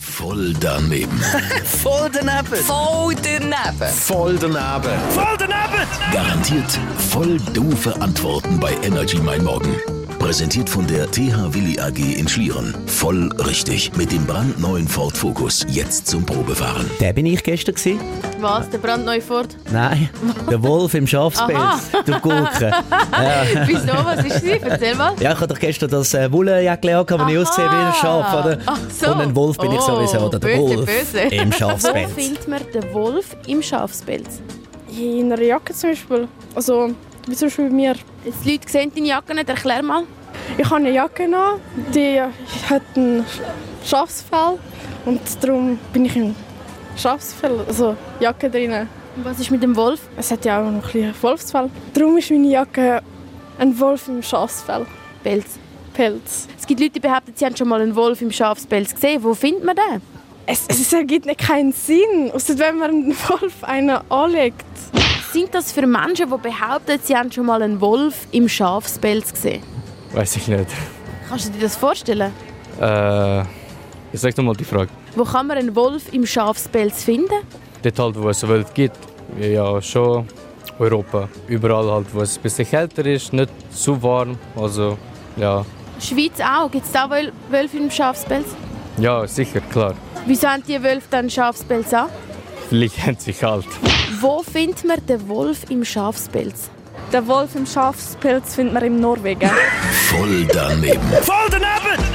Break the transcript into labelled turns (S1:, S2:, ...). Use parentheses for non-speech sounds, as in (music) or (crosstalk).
S1: Voll daneben.
S2: Voll daneben.
S3: Voll daneben.
S1: Voll daneben.
S2: Voll daneben.
S1: Garantiert voll doofe Antworten bei Energy Mein Morgen. Präsentiert von der TH Willi AG in Schlieren. Voll richtig. Mit dem brandneuen Ford Focus. Jetzt zum Probefahren.
S4: Der bin ich gestern gewesen.
S5: Was? Der brandneue Ford? (laughs)
S4: Nein, der Wolf im Schafspelz. du Gurke.
S5: Wieso? Was ist sie? Erzähl mal.
S4: Ja, ich hatte doch gestern das äh, Wollenjäckchen an, wo ich
S5: Aha.
S4: aussehe wie ein Schaf. Oder?
S5: Ach so.
S4: Und ein Wolf bin ich
S5: Oh,
S4: sowieso. Oder der
S5: böse,
S4: Wolf
S5: böse.
S4: im
S6: Wo
S4: Schafspelz.
S6: findet man den Wolf im Schafspelz?
S7: In einer Jacke zum Beispiel. Also, wie zum Beispiel bei mir.
S6: Jetzt, Die Leute sehen deine Jacke nicht, erklär mal.
S7: Ich habe eine Jacke an, die hat ein Schafsfell. Und darum bin ich im Schafsfell, also Jacke drin.
S6: Und was ist mit dem Wolf?
S7: Es hat ja auch noch ein bisschen Wolfsfell. Darum ist meine Jacke ein Wolf im Schafsfell.
S6: Pelz.
S7: Pelz.
S6: Es gibt Leute, die behaupten, sie haben schon mal einen Wolf im Schafspelz gesehen. Wo findet man den?
S7: Es, es ergibt nicht keinen Sinn, außer wenn man einen Wolf einen anlegt.
S6: Sind das für Menschen, die behaupten, sie haben schon mal einen Wolf im Schafspelz gesehen?
S8: Weiß ich nicht.
S6: Kannst du dir das vorstellen?
S8: Äh, ich sag nochmal die Frage.
S6: Wo kann man einen Wolf im Schafspelz finden?
S8: Dort halt, wo es eine Welt gibt, ja schon Europa. Überall halt, wo es ein bisschen kälter ist, nicht zu warm. Also ja,
S6: Schweiz auch. Gibt es da Wöl- Wölfe im Schafspelz?
S8: ja sicher, klar.
S6: Wieso haben die Wölfe dann Schafspelz an?
S8: Vielleicht (laughs) haben sie halt kalt.
S6: Wo findet man den Wolf im Schafspelz?
S9: Den Wolf im Schafspelz findet man in Norwegen.
S1: Voll daneben.
S2: Voll daneben.